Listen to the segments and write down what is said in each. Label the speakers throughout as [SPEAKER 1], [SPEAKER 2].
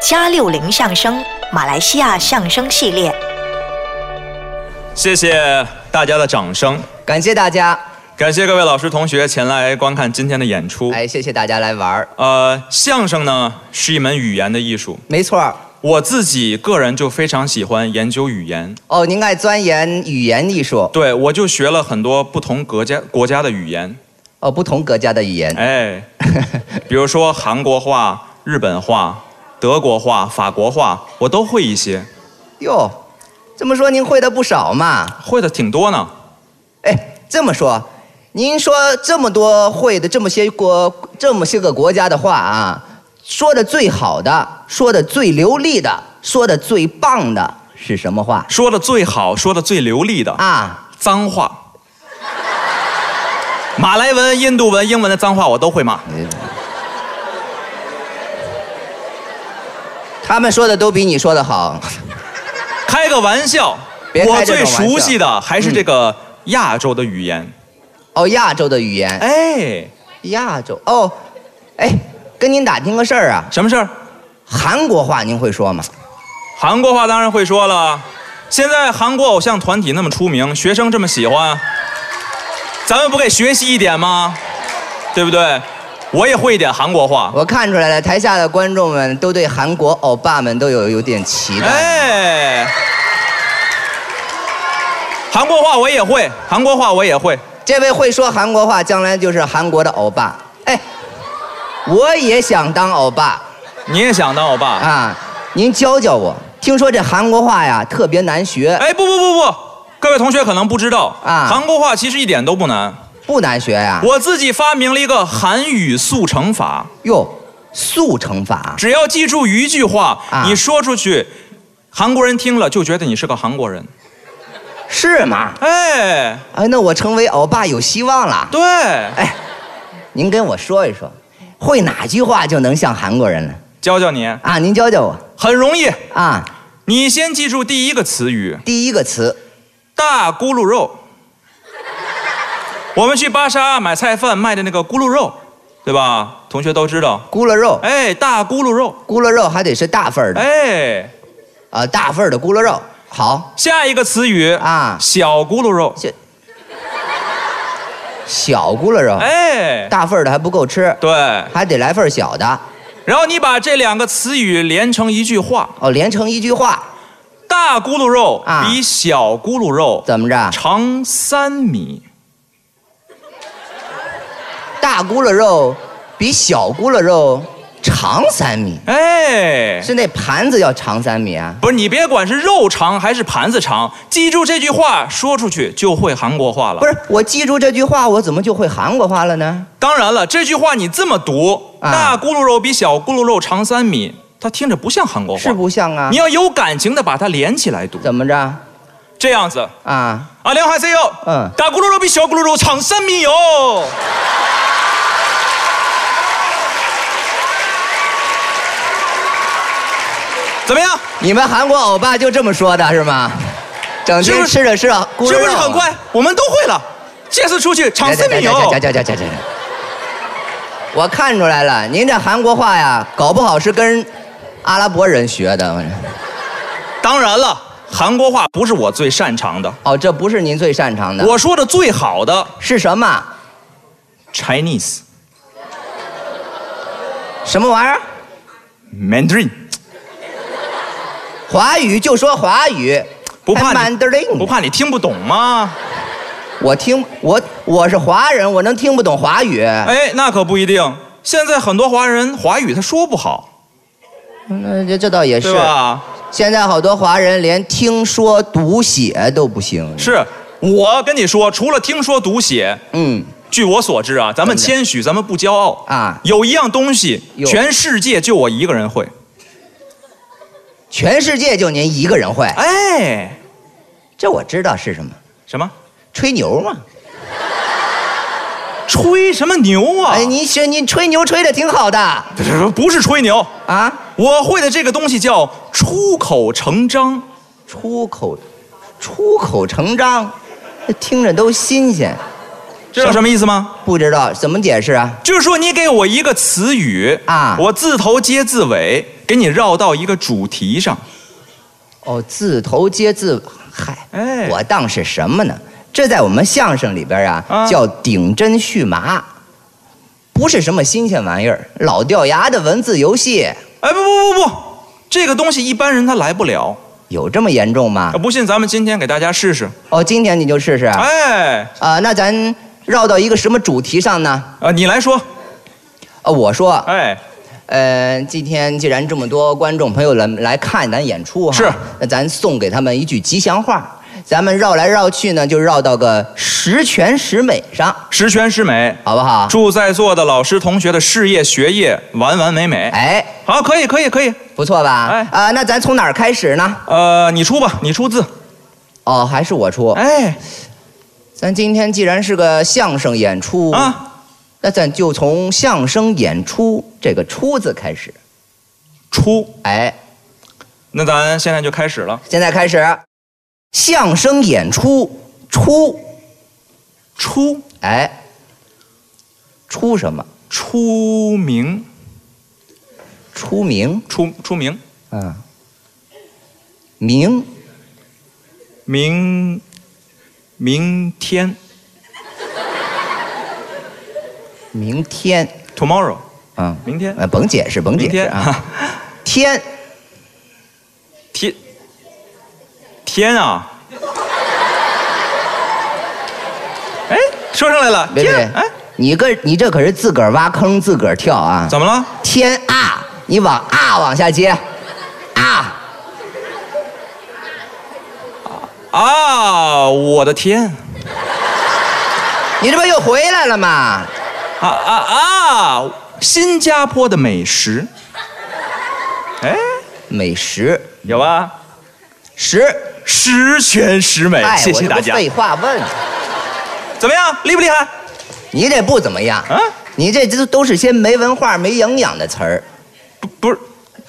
[SPEAKER 1] 加六零相声马来西亚相声系列。
[SPEAKER 2] 谢谢大家的掌声，
[SPEAKER 3] 感谢大家，
[SPEAKER 2] 感谢各位老师同学前来观看今天的演出。
[SPEAKER 3] 哎，谢谢大家来玩儿，
[SPEAKER 2] 呃，相声呢是一门语言的艺术，
[SPEAKER 3] 没错儿
[SPEAKER 2] 我自己个人就非常喜欢研究语言，
[SPEAKER 3] 哦，您爱钻研语言艺术，
[SPEAKER 2] 对我就学了很多不同国家国家的语言，
[SPEAKER 3] 哦，不同国家的语言，
[SPEAKER 2] 哎， 比如说韩国话、日本话、德国话、法国话，我都会一些，
[SPEAKER 3] 哟，这么说您会的不少嘛？
[SPEAKER 2] 会的挺多呢。
[SPEAKER 3] 哎，这么说，您说这么多会的这么些国这么些个国家的话啊，说的最好的，说的最流利的，说的最棒的是什么话
[SPEAKER 2] 说的最好、说的最流利的
[SPEAKER 3] 啊？
[SPEAKER 2] 脏话，马来文、印度文、英文的脏话我都会骂。
[SPEAKER 3] 他们说的都比你说的好，
[SPEAKER 2] 开个玩笑，
[SPEAKER 3] 别
[SPEAKER 2] 我
[SPEAKER 3] 开这种
[SPEAKER 2] 最
[SPEAKER 3] 玩笑嗯
[SPEAKER 2] 熟悉的还是这个亚洲的语言。
[SPEAKER 3] 哦，亚洲的语言，
[SPEAKER 2] 哎，
[SPEAKER 3] 亚洲哦，哎，跟您打听个事儿啊，
[SPEAKER 2] 什么事儿？
[SPEAKER 3] 韩国话您会说吗？
[SPEAKER 2] 韩国话当然会说了。现在韩国偶像团体那么出名，学生这么喜欢，咱们不给学习一点吗？对不对？我也会一点韩国话。
[SPEAKER 3] 我看出来了，台下的观众们都对韩国欧巴们都有有点期待。
[SPEAKER 2] 哎，韩国话我也会，韩国话我也会。
[SPEAKER 3] 这位会说韩国话，将来就是韩国的欧巴。哎，我也想当欧巴
[SPEAKER 2] 你也想当我爸？
[SPEAKER 3] 啊，您教教我。听说这韩国话呀特别难学，
[SPEAKER 2] 哎，不不不不，各位同学可能不知道
[SPEAKER 3] 啊
[SPEAKER 2] 韩国话其实一点都不难。
[SPEAKER 3] 不难学呀。
[SPEAKER 2] 我自己发明了一个韩语速成法，
[SPEAKER 3] 哟，速成法
[SPEAKER 2] 只要记住一句话，
[SPEAKER 3] 啊
[SPEAKER 2] 你说出去，韩国人听了就觉得你是个韩国人。
[SPEAKER 3] 是吗？
[SPEAKER 2] 哎，
[SPEAKER 3] 哎，那我成为欧巴有希望了。
[SPEAKER 2] 对，
[SPEAKER 3] 哎，您跟我说一说，会哪句话就能像韩国人了
[SPEAKER 2] 教教你，
[SPEAKER 3] 啊？您教教我
[SPEAKER 2] 很容易。
[SPEAKER 3] 啊。
[SPEAKER 2] 你先记住第一个词语
[SPEAKER 3] 第一个词，
[SPEAKER 2] “大咕噜肉”。 我们去巴沙买菜饭卖的那个咕噜肉，对吧？同学都知道。
[SPEAKER 3] 咕噜肉，
[SPEAKER 2] 哎，大咕噜肉。
[SPEAKER 3] 咕噜肉还得是大份儿的，
[SPEAKER 2] 哎，
[SPEAKER 3] 啊，大份儿的咕噜肉。好，
[SPEAKER 2] 下一个词语
[SPEAKER 3] 啊
[SPEAKER 2] 小咕噜肉。
[SPEAKER 3] 小咕噜肉，
[SPEAKER 2] 哎，
[SPEAKER 3] 大份儿的还不够吃，
[SPEAKER 2] 对。
[SPEAKER 3] 还得来份儿小的。
[SPEAKER 2] 然后你把这两个词语连成一句话：
[SPEAKER 3] 哦，连成一句话，
[SPEAKER 2] 大咕噜肉
[SPEAKER 3] 啊
[SPEAKER 2] 比小咕噜肉
[SPEAKER 3] 怎么着？
[SPEAKER 2] 长三米。
[SPEAKER 3] 大咕噜肉比小咕噜肉长三米，
[SPEAKER 2] 哎，
[SPEAKER 3] 是那盘子要长三米啊？
[SPEAKER 2] 不是你别管是肉长还是盘子长，记住这句话说出去就会韩国话了。
[SPEAKER 3] 不是，我记住这句话，我怎么就会韩国话了呢？
[SPEAKER 2] 当然了，这句话你这么读：
[SPEAKER 3] 啊
[SPEAKER 2] 大咕噜肉比小咕噜肉长三米，它听着不像韩国话。
[SPEAKER 3] 是不像啊
[SPEAKER 2] 你？要有感情的把它连起来读，
[SPEAKER 3] 怎么着？
[SPEAKER 2] 这样子。
[SPEAKER 3] 啊，
[SPEAKER 2] 啊，两海 C 哟，
[SPEAKER 3] 嗯
[SPEAKER 2] 大咕噜肉比小咕噜肉长三米哟。怎么样？
[SPEAKER 3] 你们韩国欧巴就这么说的是吗？整
[SPEAKER 2] 是
[SPEAKER 3] 天
[SPEAKER 2] 不是
[SPEAKER 3] 吃着吃着咕噜肉，
[SPEAKER 2] 是不是很快？我们都会了。这次出去长三米哟
[SPEAKER 3] 这。这这这这我看出来了，您这韩国话呀，搞不好是跟阿拉伯人学的。
[SPEAKER 2] 当然了，韩国话不是我最擅长的，
[SPEAKER 3] 哦，这不是您最擅长的，
[SPEAKER 2] 我说的最好的
[SPEAKER 3] 是什么？
[SPEAKER 2] Chinese
[SPEAKER 3] 什么玩意儿？
[SPEAKER 2] Mandarin，
[SPEAKER 3] 华语就说华语，
[SPEAKER 2] 不怕
[SPEAKER 3] 还
[SPEAKER 2] 你
[SPEAKER 3] Mandarin
[SPEAKER 2] 不怕你听不懂吗？
[SPEAKER 3] 我听我我是华人，我能听不懂华语？
[SPEAKER 2] 哎，那可不一定。现在很多华人华语他说不好，
[SPEAKER 3] 嗯，这这倒也
[SPEAKER 2] 对
[SPEAKER 3] 是。
[SPEAKER 2] 吧？
[SPEAKER 3] 现在好多华人连听说读写都不行。
[SPEAKER 2] 是我跟你说，除了听说读写，
[SPEAKER 3] 嗯，
[SPEAKER 2] 据我所知啊，咱们
[SPEAKER 3] 真的
[SPEAKER 2] 谦虚，咱们不骄傲
[SPEAKER 3] 啊
[SPEAKER 2] 有一样东西，
[SPEAKER 3] 有
[SPEAKER 2] 全世界就我一个人会。
[SPEAKER 3] 全世界就您一个人会，
[SPEAKER 2] 哎，
[SPEAKER 3] 这我知道是什么，
[SPEAKER 2] 什么？
[SPEAKER 3] 吹牛嘛。
[SPEAKER 2] 吹什么牛啊？
[SPEAKER 3] 哎，您是您吹牛吹的挺好的
[SPEAKER 2] 不是不是吹牛，
[SPEAKER 3] 啊！
[SPEAKER 2] 我会的这个东西叫出口成章。
[SPEAKER 3] 出口，出口成章，这听着都新鲜。
[SPEAKER 2] 知道
[SPEAKER 3] 什
[SPEAKER 2] 什么意思吗？
[SPEAKER 3] 不知道怎么解释啊？
[SPEAKER 2] 就是说，你给我一个词语
[SPEAKER 3] 啊
[SPEAKER 2] 我字头接字尾，给你绕到一个主题上。
[SPEAKER 3] 哦，字头接字，嗨，
[SPEAKER 2] 哎
[SPEAKER 3] 我当是什么呢？这在我们相声里边啊，
[SPEAKER 2] 啊
[SPEAKER 3] 叫顶针续麻，不是什么新鲜玩意儿，老掉牙的文字游戏，
[SPEAKER 2] 哎，不不不不，这个东西一般人他来不了。
[SPEAKER 3] 有这么严重吗
[SPEAKER 2] 啊？不信，咱们今天给大家试试。
[SPEAKER 3] 哦，今天你就试试啊、
[SPEAKER 2] 哎，
[SPEAKER 3] 啊那咱绕到一个什么主题上呢？
[SPEAKER 2] 啊，你来说。
[SPEAKER 3] 啊，我说，
[SPEAKER 2] 哎，
[SPEAKER 3] 呃，今天既然这么多观众朋友来来看咱演出哈，
[SPEAKER 2] 是，
[SPEAKER 3] 那咱送给他们一句吉祥话。咱们绕来绕去呢，就绕到个十全十美上，
[SPEAKER 2] 十全十美，
[SPEAKER 3] 好不好？
[SPEAKER 2] 祝在座的老师同学的事业学业完完美美。
[SPEAKER 3] 哎，
[SPEAKER 2] 好，可以，可以，可以。
[SPEAKER 3] 不错吧？
[SPEAKER 2] 哎
[SPEAKER 3] 啊、那咱从哪儿开始呢？
[SPEAKER 2] 呃，你出吧，你出字。
[SPEAKER 3] 哦，还是我出。
[SPEAKER 2] 哎，
[SPEAKER 3] 咱今天既然是个相声演出，
[SPEAKER 2] 啊，
[SPEAKER 3] 那咱就从相声演出这个“出”字开始。
[SPEAKER 2] 出。
[SPEAKER 3] 哎，
[SPEAKER 2] 那咱现在就开始了。
[SPEAKER 3] 现在开始，相声演出出，
[SPEAKER 2] 出
[SPEAKER 3] 哎，出什么？
[SPEAKER 2] 出名，
[SPEAKER 3] 出名，
[SPEAKER 2] 出出名，
[SPEAKER 3] 嗯，名
[SPEAKER 2] 明明天
[SPEAKER 3] 明天，
[SPEAKER 2] tomorrow，
[SPEAKER 3] 嗯，
[SPEAKER 2] 明天
[SPEAKER 3] 呃，甭解释，甭
[SPEAKER 2] 明
[SPEAKER 3] 解释
[SPEAKER 2] 天
[SPEAKER 3] 啊，天
[SPEAKER 2] 天天 啊！哎，说上来了，
[SPEAKER 3] 别别
[SPEAKER 2] 天！哎，，
[SPEAKER 3] 你个你这可是自个儿挖坑自个儿跳啊！
[SPEAKER 2] 怎么了？
[SPEAKER 3] 天啊，你往啊往下接，啊，
[SPEAKER 2] 啊，我的天！
[SPEAKER 3] 你这不又回来了吗？
[SPEAKER 2] 啊啊啊！新加坡的美食，哎，
[SPEAKER 3] 美食
[SPEAKER 2] 有啊，
[SPEAKER 3] 十，
[SPEAKER 2] 十全十美，
[SPEAKER 3] 哎，
[SPEAKER 2] 谢
[SPEAKER 3] 我
[SPEAKER 2] 谢
[SPEAKER 3] 这不
[SPEAKER 2] 大家。
[SPEAKER 3] 废话问，
[SPEAKER 2] 怎么样，厉不厉害？
[SPEAKER 3] 你这不怎么样
[SPEAKER 2] 啊
[SPEAKER 3] 你这这都是些没文化、没营养的词儿，
[SPEAKER 2] 不不是，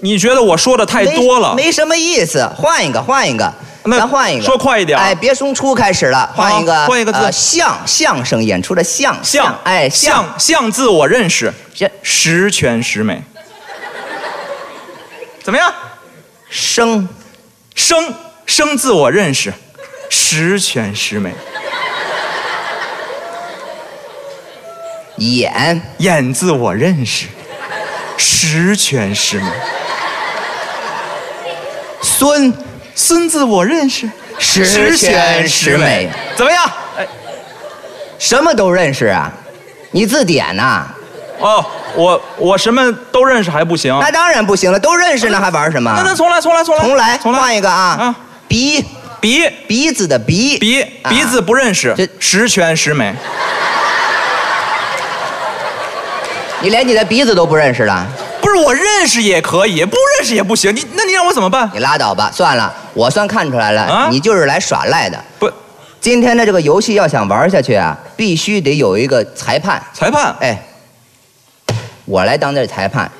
[SPEAKER 2] 你觉得我说的太
[SPEAKER 3] 没
[SPEAKER 2] 多了？
[SPEAKER 3] 没什么意思。换一个，换一个，
[SPEAKER 2] 那
[SPEAKER 3] 咱换一个，
[SPEAKER 2] 说快一点啊
[SPEAKER 3] 哎，别从初开始了，换一个，
[SPEAKER 2] 换一个字
[SPEAKER 3] 呃相相声演出的相
[SPEAKER 2] 像
[SPEAKER 3] 哎，相
[SPEAKER 2] 像像字我认识，
[SPEAKER 3] 这
[SPEAKER 2] 十全十美。怎么样？
[SPEAKER 3] 生
[SPEAKER 2] 生生字我认识，十全十美。
[SPEAKER 3] 演
[SPEAKER 2] 眼字我认识，十全十美。
[SPEAKER 3] 孙
[SPEAKER 2] 孙字我认识，
[SPEAKER 3] 十全十美。
[SPEAKER 2] 怎么样？哎，
[SPEAKER 3] 什么都认识啊？你字典呐、
[SPEAKER 2] 哦，我我什么都认识还不行？
[SPEAKER 3] 那当然不行了，都认识呢，还玩什么？
[SPEAKER 2] 那那重来，重来，重来，
[SPEAKER 3] 重来，
[SPEAKER 2] 重来。
[SPEAKER 3] 换一个啊
[SPEAKER 2] 啊！
[SPEAKER 3] 鼻
[SPEAKER 2] 鼻
[SPEAKER 3] 鼻子的鼻
[SPEAKER 2] 鼻
[SPEAKER 3] 啊
[SPEAKER 2] 鼻子不认识
[SPEAKER 3] 这，
[SPEAKER 2] 十全十美。
[SPEAKER 3] 你连你的鼻子都不认识了，
[SPEAKER 2] 不是我认识也可以，不认识也不行。你那你让我怎么办？
[SPEAKER 3] 你拉倒吧，算了，我算看出来了，
[SPEAKER 2] 啊
[SPEAKER 3] 你就是来耍赖的。
[SPEAKER 2] 不，
[SPEAKER 3] 今天的这个游戏要想玩下去啊，必须得有一个裁判。
[SPEAKER 2] 裁判，
[SPEAKER 3] 哎，我来当这裁判，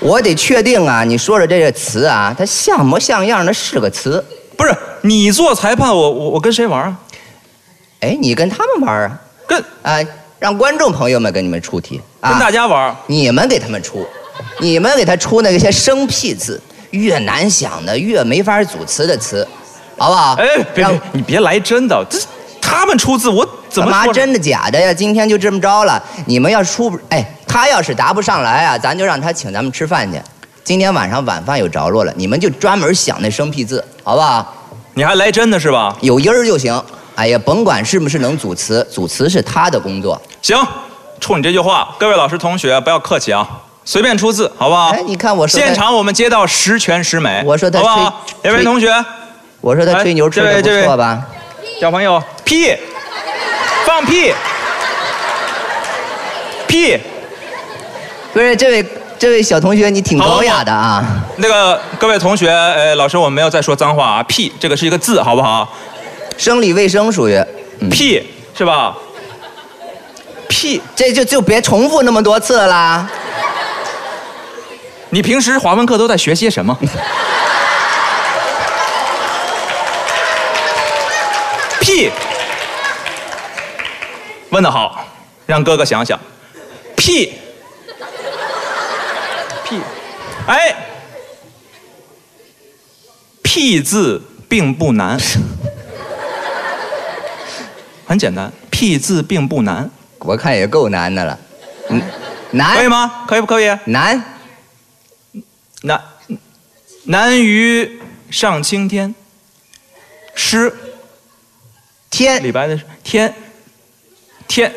[SPEAKER 3] 我得确定啊，你说的这个词啊，它像模像样的是个词。
[SPEAKER 2] 不是你做裁判，我我我跟谁玩啊？
[SPEAKER 3] 哎，你跟他们玩啊？
[SPEAKER 2] 跟
[SPEAKER 3] 啊、让观众朋友们跟你们出题啊，
[SPEAKER 2] 跟大家玩。
[SPEAKER 3] 你们给他们出，你们给他出那些生僻字，越难想的越没法组词的词，好不好？
[SPEAKER 2] 哎，别
[SPEAKER 3] 让
[SPEAKER 2] 别，你别来真的，这他们出字我怎么
[SPEAKER 3] 干嘛
[SPEAKER 2] 说？
[SPEAKER 3] 真的假的呀？今天就这么着了。你们要出不，哎，他要是答不上来啊，咱就让他请咱们吃饭去。今天晚上晚饭有着落了，你们就专门想那生僻字，好不好？
[SPEAKER 2] 你还来真的是吧？
[SPEAKER 3] 有音儿就行。哎呀，甭管是不是能组词，组词是他的工作。
[SPEAKER 2] 行，冲你这句话，各位老师同学不要客气啊，随便出字好不好？
[SPEAKER 3] 哎你看我说他
[SPEAKER 2] 现场我们接到十全十美，
[SPEAKER 3] 我说他
[SPEAKER 2] 好不好？
[SPEAKER 3] 吹
[SPEAKER 2] 两位
[SPEAKER 3] 吹
[SPEAKER 2] 同学，
[SPEAKER 3] 我说他吹牛吹
[SPEAKER 2] 哎
[SPEAKER 3] 的
[SPEAKER 2] 这位
[SPEAKER 3] 不错吧？
[SPEAKER 2] 小朋友，屁，放屁，屁，
[SPEAKER 3] 不是，这位这位小同学，你挺高雅的啊。
[SPEAKER 2] 那个各位同学，呃，老师我没有在说脏话啊，屁这个是一个字好不好？
[SPEAKER 3] 生理卫生属于，嗯
[SPEAKER 2] 屁是吧？屁，
[SPEAKER 3] 这就就别重复那么多次啦。
[SPEAKER 2] 你平时华文课都在学些什么？屁，问得好，让哥哥想想，屁，屁，哎，屁字并不难，很简单，屁字并不难，
[SPEAKER 3] 我看也够难的了。嗯，
[SPEAKER 2] 可以
[SPEAKER 3] 难
[SPEAKER 2] 吗？可以不啊可以？
[SPEAKER 3] 难
[SPEAKER 2] 难难于上青天，诗
[SPEAKER 3] 天
[SPEAKER 2] 李白的诗天天，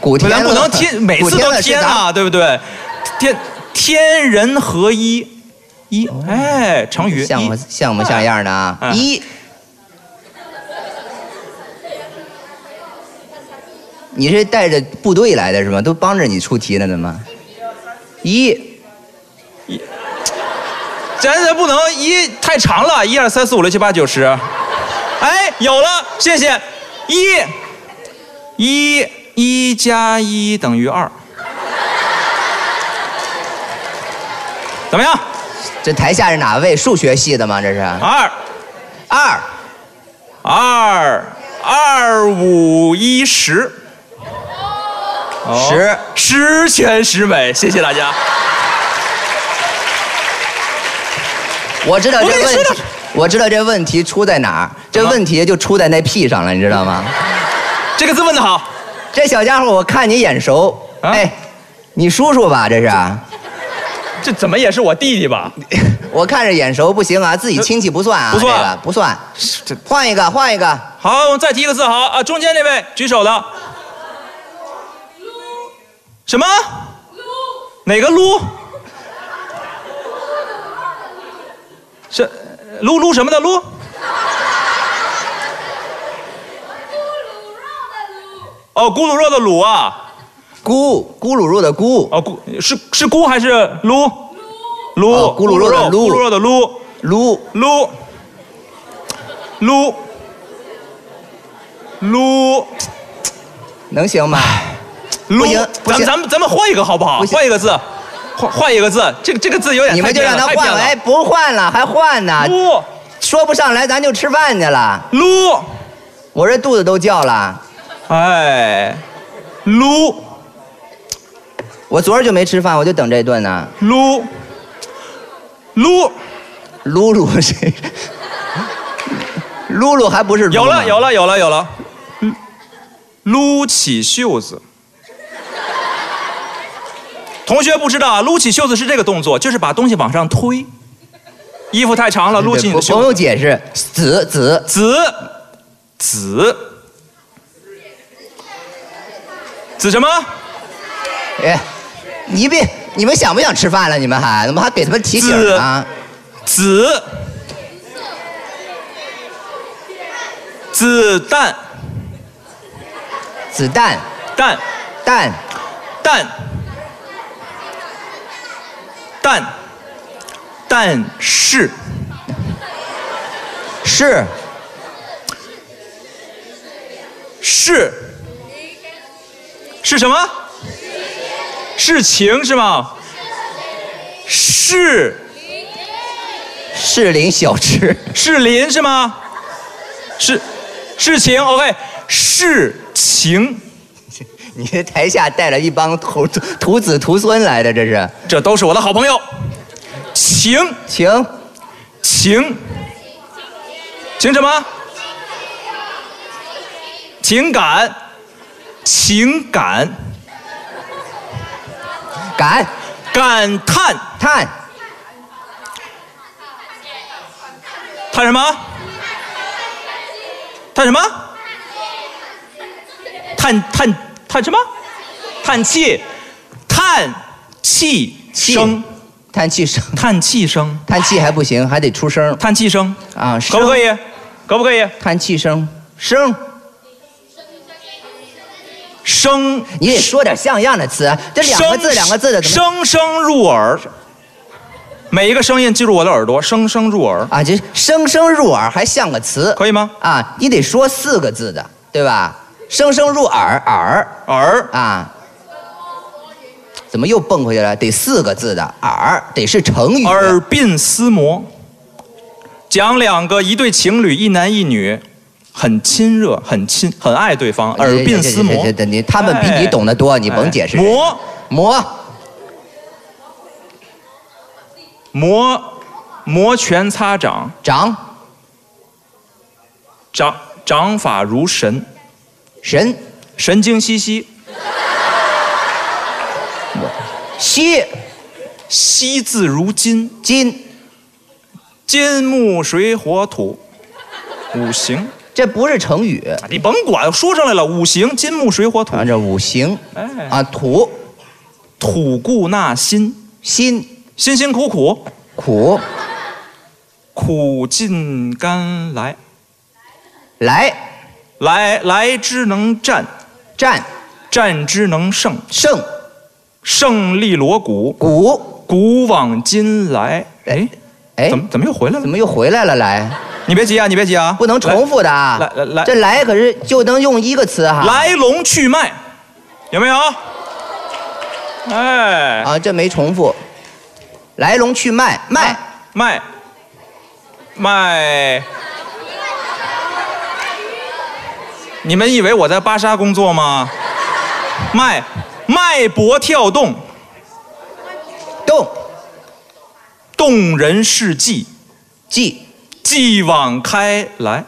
[SPEAKER 3] 古天
[SPEAKER 2] 咱
[SPEAKER 3] 乐
[SPEAKER 2] 不能天，每
[SPEAKER 3] 古
[SPEAKER 2] 次都
[SPEAKER 3] 乐是
[SPEAKER 2] 天
[SPEAKER 3] 咱
[SPEAKER 2] 啊，对不对？天天人合一，一哎，成语
[SPEAKER 3] 哦像
[SPEAKER 2] 一
[SPEAKER 3] 模像模像样的啊
[SPEAKER 2] 哎！
[SPEAKER 3] 一，你是带着部队来的是吗？都帮着你出题呢，怎么？一，
[SPEAKER 2] 咱咱不能一太长了，一二三四五六七八九十，哎，有了，谢谢，一，一一加一等于二，怎么样？
[SPEAKER 3] 这台下是哪位？数学系的吗？这是
[SPEAKER 2] 二
[SPEAKER 3] 二，
[SPEAKER 2] 二二五一十，哦
[SPEAKER 3] 十
[SPEAKER 2] 十全十美，谢谢大家。
[SPEAKER 3] 我知道
[SPEAKER 2] 我跟
[SPEAKER 3] 这
[SPEAKER 2] 你
[SPEAKER 3] 问
[SPEAKER 2] 说
[SPEAKER 3] 题
[SPEAKER 2] 的，
[SPEAKER 3] 我知道这问题出在哪儿，这
[SPEAKER 2] 啊
[SPEAKER 3] 问题就出在那屁上了，你知道吗？
[SPEAKER 2] 这个字问的好，
[SPEAKER 3] 这小家伙，我看你眼熟，
[SPEAKER 2] 啊
[SPEAKER 3] 哎，你叔叔吧？这是，
[SPEAKER 2] 这怎么也是我弟弟吧？
[SPEAKER 3] 我看着眼熟，不行啊，自己亲戚不算啊，
[SPEAKER 2] 不算
[SPEAKER 3] 这个不算，
[SPEAKER 2] 这
[SPEAKER 3] 换一个，换一个。
[SPEAKER 2] 好，我们再提一个字，好啊，中间那位举手的，什么？哪个撸？是撸撸什么的撸？哦，咕噜肉的卤啊，
[SPEAKER 3] 咕咕噜肉的咕，
[SPEAKER 2] 哦，咕是是咕还是撸？撸
[SPEAKER 3] 哦咕噜肉的撸
[SPEAKER 2] 咕噜肉的撸
[SPEAKER 3] 噜
[SPEAKER 2] 撸撸撸。
[SPEAKER 3] 能行吗？
[SPEAKER 2] 撸
[SPEAKER 3] 不行，不
[SPEAKER 2] 咱们
[SPEAKER 3] 行
[SPEAKER 2] 咱们咱们换一个好不好？
[SPEAKER 3] 不行
[SPEAKER 2] 换一个字，换换一个字，这个这个字有点
[SPEAKER 3] 你
[SPEAKER 2] 太
[SPEAKER 3] 们就
[SPEAKER 2] 变
[SPEAKER 3] 让
[SPEAKER 2] 了
[SPEAKER 3] 他
[SPEAKER 2] 太
[SPEAKER 3] 换吧，哎，
[SPEAKER 2] 变了。
[SPEAKER 3] 不换了，还换呢？
[SPEAKER 2] 撸
[SPEAKER 3] 说不上来，咱就吃饭去了。
[SPEAKER 2] 撸，
[SPEAKER 3] 我这肚子都叫了，
[SPEAKER 2] 哎，撸
[SPEAKER 3] 我昨儿就没吃饭，我就等这顿呢。
[SPEAKER 2] 撸撸，
[SPEAKER 3] 噜噜谁？噜噜还不是
[SPEAKER 2] 有了有
[SPEAKER 3] 了，
[SPEAKER 2] 了有了有了，撸起袖子。同学不知道啊，撸起袖子是这个动作，就是把东西往上推，衣服太长了，撸起你
[SPEAKER 3] 不
[SPEAKER 2] 的袖
[SPEAKER 3] 不
[SPEAKER 2] 子。
[SPEAKER 3] 用解释，子子
[SPEAKER 2] 子子子什么？
[SPEAKER 3] 哎，你别，你们想不想吃饭了？你们还怎么还给他们提醒
[SPEAKER 2] 子
[SPEAKER 3] 啊？
[SPEAKER 2] 子子弹
[SPEAKER 3] 子弹
[SPEAKER 2] 弹
[SPEAKER 3] 蛋
[SPEAKER 2] 弹弹，但是
[SPEAKER 3] 是
[SPEAKER 2] 是是什么？是情是吗？是
[SPEAKER 3] 士林小吃。
[SPEAKER 2] 是林是吗？是，事情 OK，事情，
[SPEAKER 3] 你这台下带了一帮徒徒子徒孙来的，这是
[SPEAKER 2] 这都是我的好朋友。情
[SPEAKER 3] 行，
[SPEAKER 2] 情情什么？情感，情感，
[SPEAKER 3] 感
[SPEAKER 2] 感叹，
[SPEAKER 3] 叹
[SPEAKER 2] 叹什么？叹什么？叹叹叹什么？叹气，叹气
[SPEAKER 3] 气
[SPEAKER 2] 声，
[SPEAKER 3] 叹气声，
[SPEAKER 2] 叹气声。
[SPEAKER 3] 叹气还不行，还得出声
[SPEAKER 2] 叹气声，
[SPEAKER 3] 啊，
[SPEAKER 2] 可不可
[SPEAKER 3] 声？
[SPEAKER 2] 以？可不可以？
[SPEAKER 3] 叹气声声，
[SPEAKER 2] 声，
[SPEAKER 3] 你得说点像样的词，这两个字两个字的怎么？
[SPEAKER 2] 声声入耳，每一个声音进入我的耳朵，声声入耳，
[SPEAKER 3] 啊，这声声入耳还像个词，
[SPEAKER 2] 可以吗？
[SPEAKER 3] 啊，你得说四个字的，对吧？声声入耳耳
[SPEAKER 2] 耳，
[SPEAKER 3] 啊，怎么又蹦回去了？得四个字的耳，得是成语。啊
[SPEAKER 2] 耳鬓厮磨，讲两个一对情侣，一男一女，很亲热，很亲，很爱对方，耳鬓厮磨
[SPEAKER 3] 对对对对对。你他们比
[SPEAKER 2] 哎
[SPEAKER 3] 你懂得多，你
[SPEAKER 2] 你
[SPEAKER 3] 甭解释。
[SPEAKER 2] 磨
[SPEAKER 3] 磨
[SPEAKER 2] 磨摩拳擦掌，
[SPEAKER 3] 掌
[SPEAKER 2] 掌掌法如神，
[SPEAKER 3] 神
[SPEAKER 2] 神经兮兮，
[SPEAKER 3] 吸
[SPEAKER 2] 惜字如金，
[SPEAKER 3] 金，
[SPEAKER 2] 金木水火土，五行。啊
[SPEAKER 3] 这不是成语
[SPEAKER 2] 你甭管，说上来了，五行金木水火土，
[SPEAKER 3] 啊，这五行
[SPEAKER 2] 哎
[SPEAKER 3] 啊，土
[SPEAKER 2] 土固纳新，
[SPEAKER 3] 辛
[SPEAKER 2] 辛辛苦苦，
[SPEAKER 3] 苦
[SPEAKER 2] 苦尽甘来，
[SPEAKER 3] 来
[SPEAKER 2] 来来之能战，
[SPEAKER 3] 战
[SPEAKER 2] 战之能胜，
[SPEAKER 3] 胜
[SPEAKER 2] 胜利锣鼓，
[SPEAKER 3] 鼓，
[SPEAKER 2] 古往今来。哎，
[SPEAKER 3] 哎
[SPEAKER 2] 怎，么怎么又回来
[SPEAKER 3] 怎
[SPEAKER 2] 了？
[SPEAKER 3] 么又回来了？来，
[SPEAKER 2] 你别急啊，你别急啊，
[SPEAKER 3] 不能重复的啊！
[SPEAKER 2] 来来来
[SPEAKER 3] 这来可是就能用一个词哈。
[SPEAKER 2] 来。来龙去脉，有没有？哎，
[SPEAKER 3] 啊，这没重复。来龙去脉，脉
[SPEAKER 2] 脉，脉。你们以为我在巴莎工作吗？脉，脉搏跳动，
[SPEAKER 3] 动
[SPEAKER 2] 动人事迹，
[SPEAKER 3] 记，
[SPEAKER 2] 继往开来。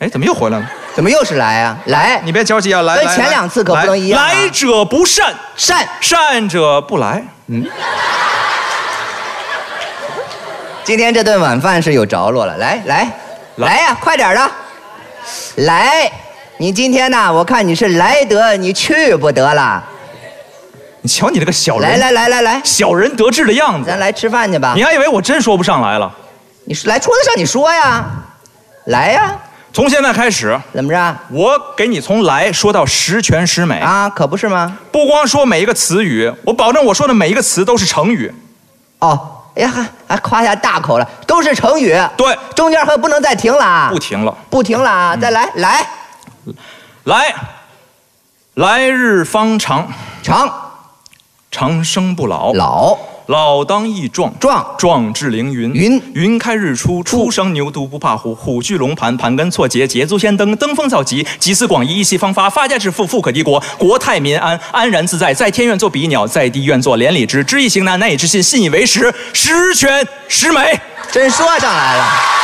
[SPEAKER 2] 哎，怎么又回来了？
[SPEAKER 3] 怎么又是来啊？来
[SPEAKER 2] 你别着急啊，来，
[SPEAKER 3] 跟
[SPEAKER 2] 来
[SPEAKER 3] 前两次可不
[SPEAKER 2] 来
[SPEAKER 3] 能一样啊
[SPEAKER 2] 来者不善，
[SPEAKER 3] 善，
[SPEAKER 2] 善者不来。
[SPEAKER 3] 今天这顿晚饭是有着落了。来来
[SPEAKER 2] 来
[SPEAKER 3] 来呀、快点儿的，来！你今天呐，我看你是来得你去不得了。
[SPEAKER 2] 你瞧你这个小人，
[SPEAKER 3] 来来来来来，
[SPEAKER 2] 小人得志的样子，
[SPEAKER 3] 咱来吃饭去吧
[SPEAKER 2] 你。还以为我真说不上来了？
[SPEAKER 3] 你说来桌子上你说呀，来呀，
[SPEAKER 2] 从现在开始，
[SPEAKER 3] 怎么着？
[SPEAKER 2] 我给你从来说到十全十美
[SPEAKER 3] 啊，可不是吗？
[SPEAKER 2] 不光说每一个词语，我保证我说的每一个词都是成语。
[SPEAKER 3] 哦，哎呀，还还夸下大口了，都是成语。
[SPEAKER 2] 对，
[SPEAKER 3] 中间可不能再停了啊！
[SPEAKER 2] 不停嗯了。
[SPEAKER 3] 不停了啊！再来，来，
[SPEAKER 2] 来，来日方长，
[SPEAKER 3] 长
[SPEAKER 2] 长生不老，
[SPEAKER 3] 老
[SPEAKER 2] 老当益壮，
[SPEAKER 3] 壮
[SPEAKER 2] 壮志凌云，
[SPEAKER 3] 云
[SPEAKER 2] 云开日出，初生牛犊不怕虎，虎踞龙盘，盘根错节，捷足先登，登峰造极，集思广益，意气方发，发家致富，富可敌国，国泰民安，安然自在，在天愿做比鸟，在地愿做连理枝，知易行难，难以置信，信以为实，十全十美。
[SPEAKER 3] 真说上来了。